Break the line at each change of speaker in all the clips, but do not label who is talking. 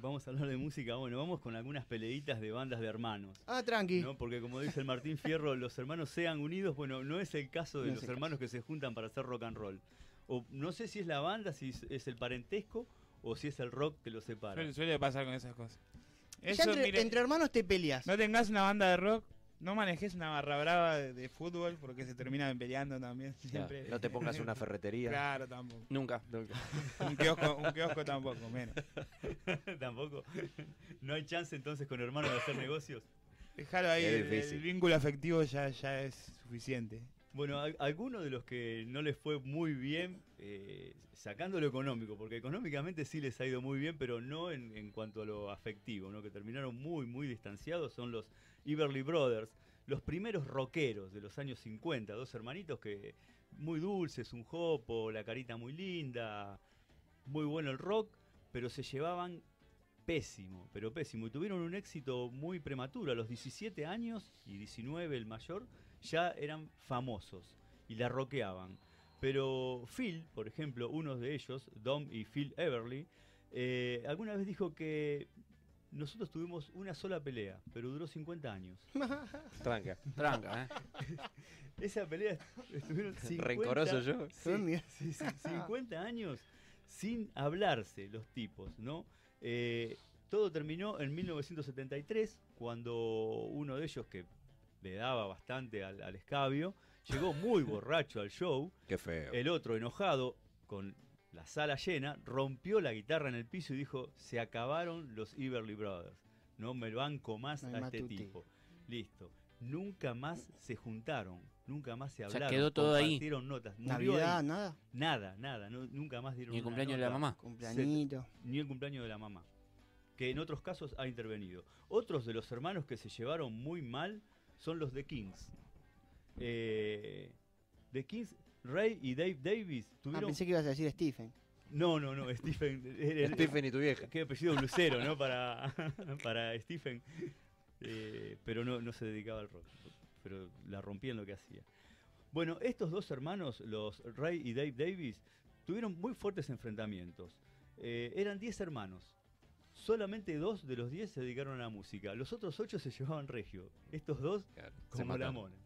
Vamos a hablar de música, bueno, vamos con algunas peleitas de bandas de hermanos.
Ah, tranqui.
¿no? Porque como dice el Martín Fierro, los hermanos sean unidos, bueno, no es el caso de
No es
los
el
hermanos que se juntan para hacer rock and roll. O no sé si es la banda, si es- es el parentesco o si es el rock que los separa.
Suele, suele pasar con esas cosas.
ya
Eso,
entre,
mire,
entre hermanos te peleas.
no tengas una banda de rock, no manejes una barra brava de, de fútbol porque se terminan peleando también. Siempre.
No te pongas una ferretería.
Claro, tampoco.
Nunca, nunca.
Un kiosco, un kiosco tampoco, menos.
Tampoco. No hay chance entonces con hermanos de hacer negocios.
Dejalo ahí,
Es
el, el
difícil.
vínculo afectivo ya, ya es suficiente.
Bueno, al- algunos de los que no les fue muy bien, eh, sacando lo económico, porque económicamente sí les ha ido muy bien, pero no en, en cuanto a lo afectivo, ¿no? que terminaron muy, muy distanciados, son los Everly Brothers, los primeros rockeros de los años 50, dos hermanitos que muy dulces, un jopo, la carita muy linda, muy bueno el rock, pero se llevaban pésimo, pero pésimo, y tuvieron un éxito muy prematuro, a los 17 años y 19 el mayor, ya eran famosos y la roqueaban. Pero Phil, por ejemplo, uno de ellos, Dom y Phil Everly, eh, alguna vez dijo que nosotros tuvimos una sola pelea, pero duró 50 años.
Tranca. Tranca, ¿eh?
Esa pelea estuvieron 50
Rencoroso yo.
Sí, sí, sí, 50 años sin hablarse los tipos, ¿no? Eh, todo terminó en 1973, cuando uno de ellos que le daba bastante al, al escabio, llegó muy borracho al show,
Qué feo.
el otro enojado, con la sala llena, rompió la guitarra en el piso y dijo, se acabaron los Everly Brothers, no me banco más
No hay
a
más
este
tutti".
tipo. Listo. Nunca más se juntaron, nunca más se
sea,
hablaron,
quedó todo ahí.
compartieron notas. murió
Navidad,
ahí. Ah,
nada.
Nada, nada, no- nunca más dieron
Ni el
una
cumpleaños de la
nota,
mamá.
Cumpleañito.
Ni el cumpleaños de la mamá, que en otros casos ha intervenido. Otros de los hermanos que se llevaron muy mal son los de Kings. Eh, The Kings, Ray y Dave Davis
Ah,
tuvieron...
pensé que ibas a decir Stephen.
No, no, no, Stephen... era el-
Stephen y tu vieja.
Qué apellido blusero, ¿no? Para, para Stephen. Eh, pero no, no se dedicaba al rock. Pero la rompía en lo que hacía. Bueno, estos dos hermanos, los Ray y Dave Davis, tuvieron muy fuertes enfrentamientos. Eh, eran 10 hermanos. Solamente dos de los 10 se dedicaron a la música. Los otros ocho se llevaban regio. Estos dos,
Claro, se
como la
mataron.
mona.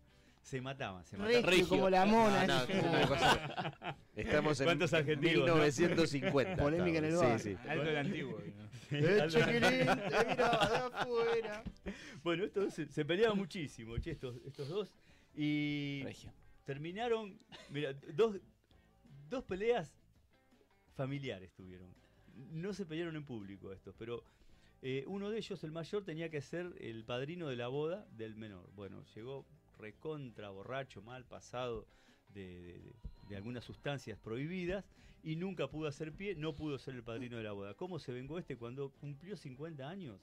Se mataban, se mataban.
Regio, como la
Ah,
mona.
No, no, es una cosa- Estamos en
¿Cuántos adjetivos, no?
1950.
Polémica en el
estamos.
bar.
Sí, sí.
Algo del antiguo. ¿no?
Eh, chiquilín, te miraba de afuera.
Bueno, estos se, se peleaban muchísimo, che, estos, estos dos. Y
Regio.
terminaron, mira, dos, dos peleas familiares tuvieron. No se pelearon en público estos, pero eh, uno de ellos, el mayor, tenía que ser el padrino de la boda del menor. Bueno, llegó recontra, borracho, mal pasado de, de- de- de algunas sustancias prohibidas y nunca pudo hacer pie, no pudo ser el padrino de la boda. ¿Cómo se vengó este cuando cumplió 50 años?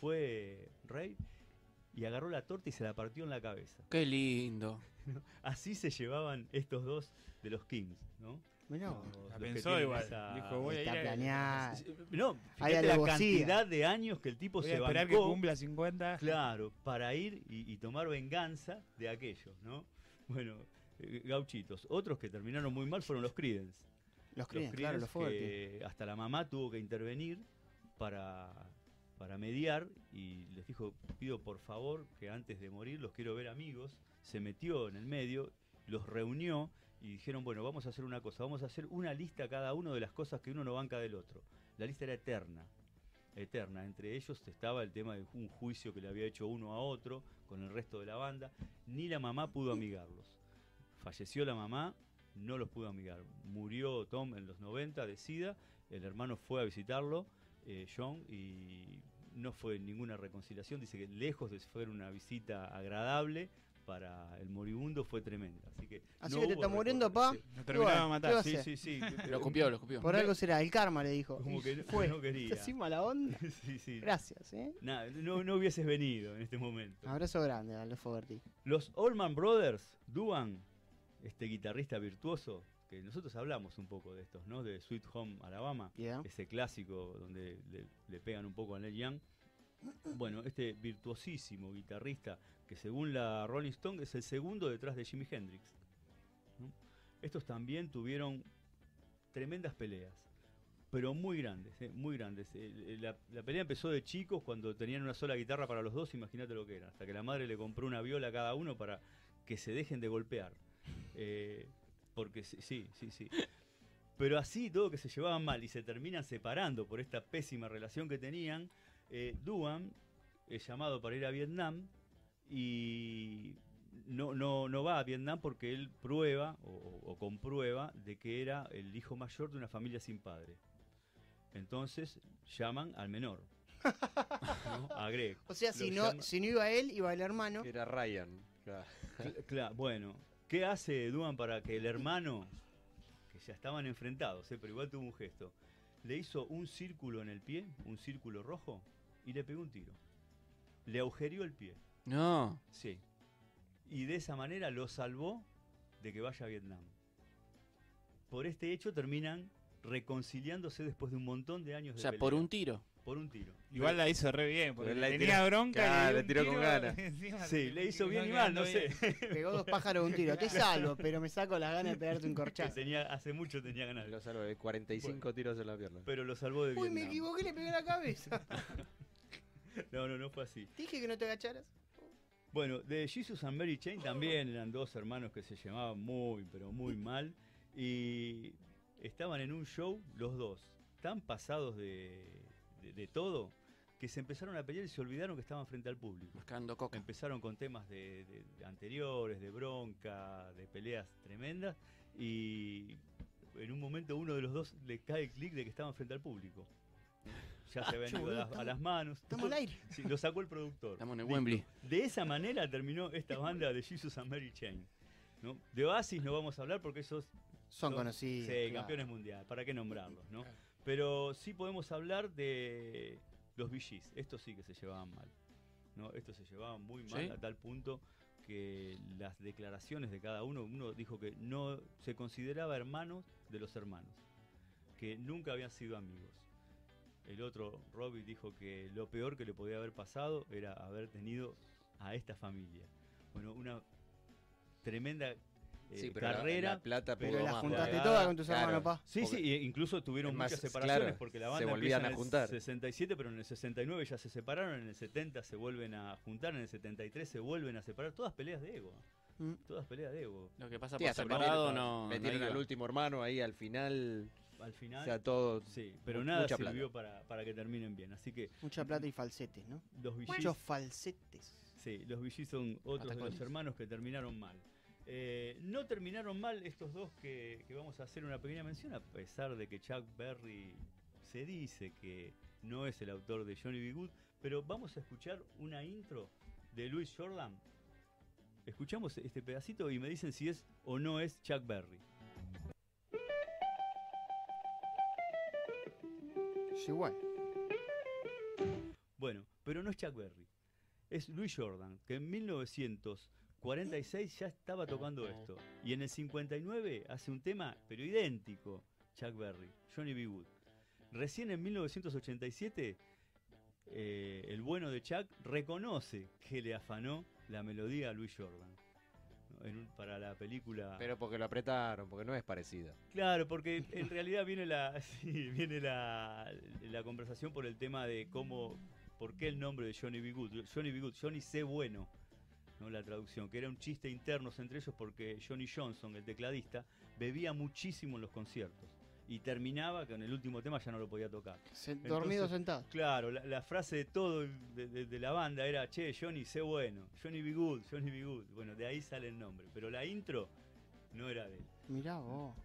Fue rey y agarró la torta y se la partió en la cabeza.
Qué lindo.
Así se llevaban estos dos de los Kings, ¿no?
Mirá vos.
Los-
La
los que
pensó
tienen
igual.
esa-
Dijo, voy a ir
Está
a-
planeada.
No,
Hay
fíjate la
alevosía.
cantidad de años que el tipo
voy a
se
esperar que
bancó,
cumpla 50.
claro, para ir y, y tomar venganza de aquellos, ¿no? Bueno, eh, gauchitos. Otros que terminaron muy mal fueron los Creedence.
Los críen,
Los
claro, los
Creedence
fuertes.
que hasta la mamá tuvo que intervenir para, para mediar y les dijo, pido por favor que antes de morir los quiero ver amigos. Se metió en el medio, los reunió y dijeron, bueno, vamos a hacer una cosa, vamos a hacer una lista cada uno de las cosas que uno no banca del otro. La lista era eterna. Eterna. Entre ellos estaba el tema de un juicio que le había hecho uno a otro con el resto de la banda. Ni la mamá pudo amigarlos. Falleció la mamá, no los pudo amigar. Murió Tom en los 90 de SIDA, el hermano fue a visitarlo, eh, John, y no fue ninguna reconciliación. Dice que lejos de ser una visita agradable, para el moribundo fue tremenda. Así que,
Así
no
que te
hubo
está muriendo, pa.
recorte.
Lo terminaba de
Bueno,
matar,
¿qué va a
Sí,
hacer?
sí, sí.
Lo escupió, lo escupió.
Por algo será, el karma le dijo.
Como que no-
Fue.
no quería.
Estás así mala onda.
Sí, sí.
Gracias, ¿eh?
Nah, no, no hubieses venido en este momento.
Abrazo grande a los Fogarty.
Los Allman Brothers, Duan, este guitarrista virtuoso, que nosotros hablamos un poco de estos, ¿no? De Sweet Home Alabama,
Yeah.
ese clásico donde le, le pegan un poco a Neil Young. Bueno, este virtuosísimo guitarrista, que según la Rolling Stone es el segundo detrás de Jimi Hendrix. ¿no? Estos también tuvieron tremendas peleas. pero muy grandes, eh, muy grandes. El- el- la, la pelea empezó de chicos cuando tenían una sola guitarra para los dos, imagínate lo que era. Hasta que la madre le compró una viola a cada uno para que se dejen de golpear. Eh, porque sí, sí, sí, sí. Pero así y todo que se llevaban mal y se terminan separando por esta pésima relación que tenían, eh, Duan es llamado para ir a Vietnam y no, no, no va a Vietnam porque él prueba o, o- o comprueba de que era el hijo mayor de una familia sin padre. Entonces llaman al menor, ¿no? a Greg.
O sea,
Lo
si no,
llama-
si no iba él, iba el hermano.
Era Ryan. claro.
Cl- cla- bueno, ¿qué hace Duan para que el hermano, que ya estaban enfrentados, eh, pero igual tuvo un gesto, le hizo un círculo en el pie, un círculo rojo, y le pegó un tiro. Le agujerió el pie,
No.
sí. Y de esa manera lo salvó de que vaya a Vietnam. Por este hecho terminan reconciliándose después de un montón de años
O
de
sea,
pelea.
por un tiro.
Por un tiro.
Igual la hizo re bien, porque
Pero la
tenía
tiró-
bronca. y
Claro,
dio
la
un
tiró con
tiro,
ganas.
encima
Sí,
le-
le hizo
no
bien y
quedando
mal, no sé.
bien.
Pegó dos pájaros de un tiro. Te salvo, pero me saco las ganas de pegarte un
Que
corchazo.
tenía, hace mucho tenía ganas. de-
Lo salvo de 45 tiros en la pierna.
Pero lo salvó de
Uy,
Vietnam.
me equivoqué, le pegué en la cabeza.
No, no, no fue así.
Te dije que no te agacharas.
Bueno, de Jesus and Mary Chain también eran dos hermanos que se llamaban muy, pero muy mal. Y estaban en un show, los dos, tan pasados de, de- de todo, que se empezaron a pelear y se olvidaron que estaban frente al público.
Mascando coca.
Empezaron con temas de, de- de anteriores, de bronca, de peleas tremendas. Y en un momento uno de los dos le cae el clic de que estaban frente al público. Ya se habían ido a las, a las manos.
Ah, Estamos al aire.
Sí, lo sacó el productor.
Estamos en el
Listo.
Wembley.
De esa manera terminó esta banda de Jesus and Mary Chain. ¿no? De Oasis no vamos a hablar porque esos
Son
Son-
conocidos.
sí,
claro.
campeones mundiales, ¿para qué nombrarlos? ¿no? Pero sí podemos hablar de los VGs. Estos sí que se llevaban mal. ¿no? Estos se llevaban muy mal
Sí.
a tal punto que las declaraciones de cada uno, uno dijo que no se consideraba hermanos de los hermanos, que nunca habían sido amigos. El otro, Robbie, dijo que lo peor que le podía haber pasado era haber tenido a esta familia. Bueno, una tremenda eh,
la-
carrera.
La, plata
pero
pudo
Pero la
más,
juntaste
porque-
toda con tus
Claro.
hermanos, pa.
Sí,
Porque-
sí, e incluso tuvieron
Es más,
muchas separaciones
claro,
porque la
se
banda
volvían
empieza
a juntar.
en el 67, pero en el 69 ya se separaron, en el 70 se vuelven a juntar, en el 73 se vuelven a separar, todas peleas de ego,
Mm.
todas peleas de ego.
Lo que pasa
Tía,
por
se
separado
metieron-
no. no
Metieron
iba.
al último hermano ahí al final.
Al
O
final,
sea, todo.
sí, pero
mu-
nada
mucha
sirvió para, para que terminen bien, así que
Mucha plata y falsetes, ¿no?
los VGs,
Muchos falsetes.
sí, los VGs son otros de
Patacones.
los hermanos que terminaron mal. Eh, no terminaron mal estos dos que, que vamos a hacer una pequeña mención, a pesar de que Chuck Berry se dice que no es el autor de Johnny B. Good, pero vamos a escuchar una intro de Louis Jordan. Escuchamos este pedacito y me dicen si es o no es Chuck Berry.
Es igual.
Bueno, pero no es Chuck Berry. Es Louis Jordan, que en 1946 ya estaba tocando esto. Y en el 59 hace un tema, pero idéntico, Chuck Berry, Johnny B. Wood. Recién en 1987, eh, el bueno de Chuck reconoce que le afanó la melodía a Louis Jordan. ¿no? En un- para la película...
Pero porque lo apretaron, porque no es parecida.
Claro, porque en realidad viene la sí, viene la, la conversación por el tema de cómo, por qué el nombre de Johnny B. Good, Johnny B. Good, Johnny C. Bueno, ¿no? la traducción, que era un chiste interno entre ellos porque Johnny Johnson, el tecladista, bebía muchísimo en los conciertos y terminaba que en el último tema ya no lo podía tocar.
Se- dormido
Entonces-
sentado.
Claro, la, la frase de todo el- de, de- de la banda era, che, Johnny, sé bueno, Johnny B. Good, Johnny B. Good. Bueno, de ahí sale el nombre, pero la intro no era de él.
Mirá vos.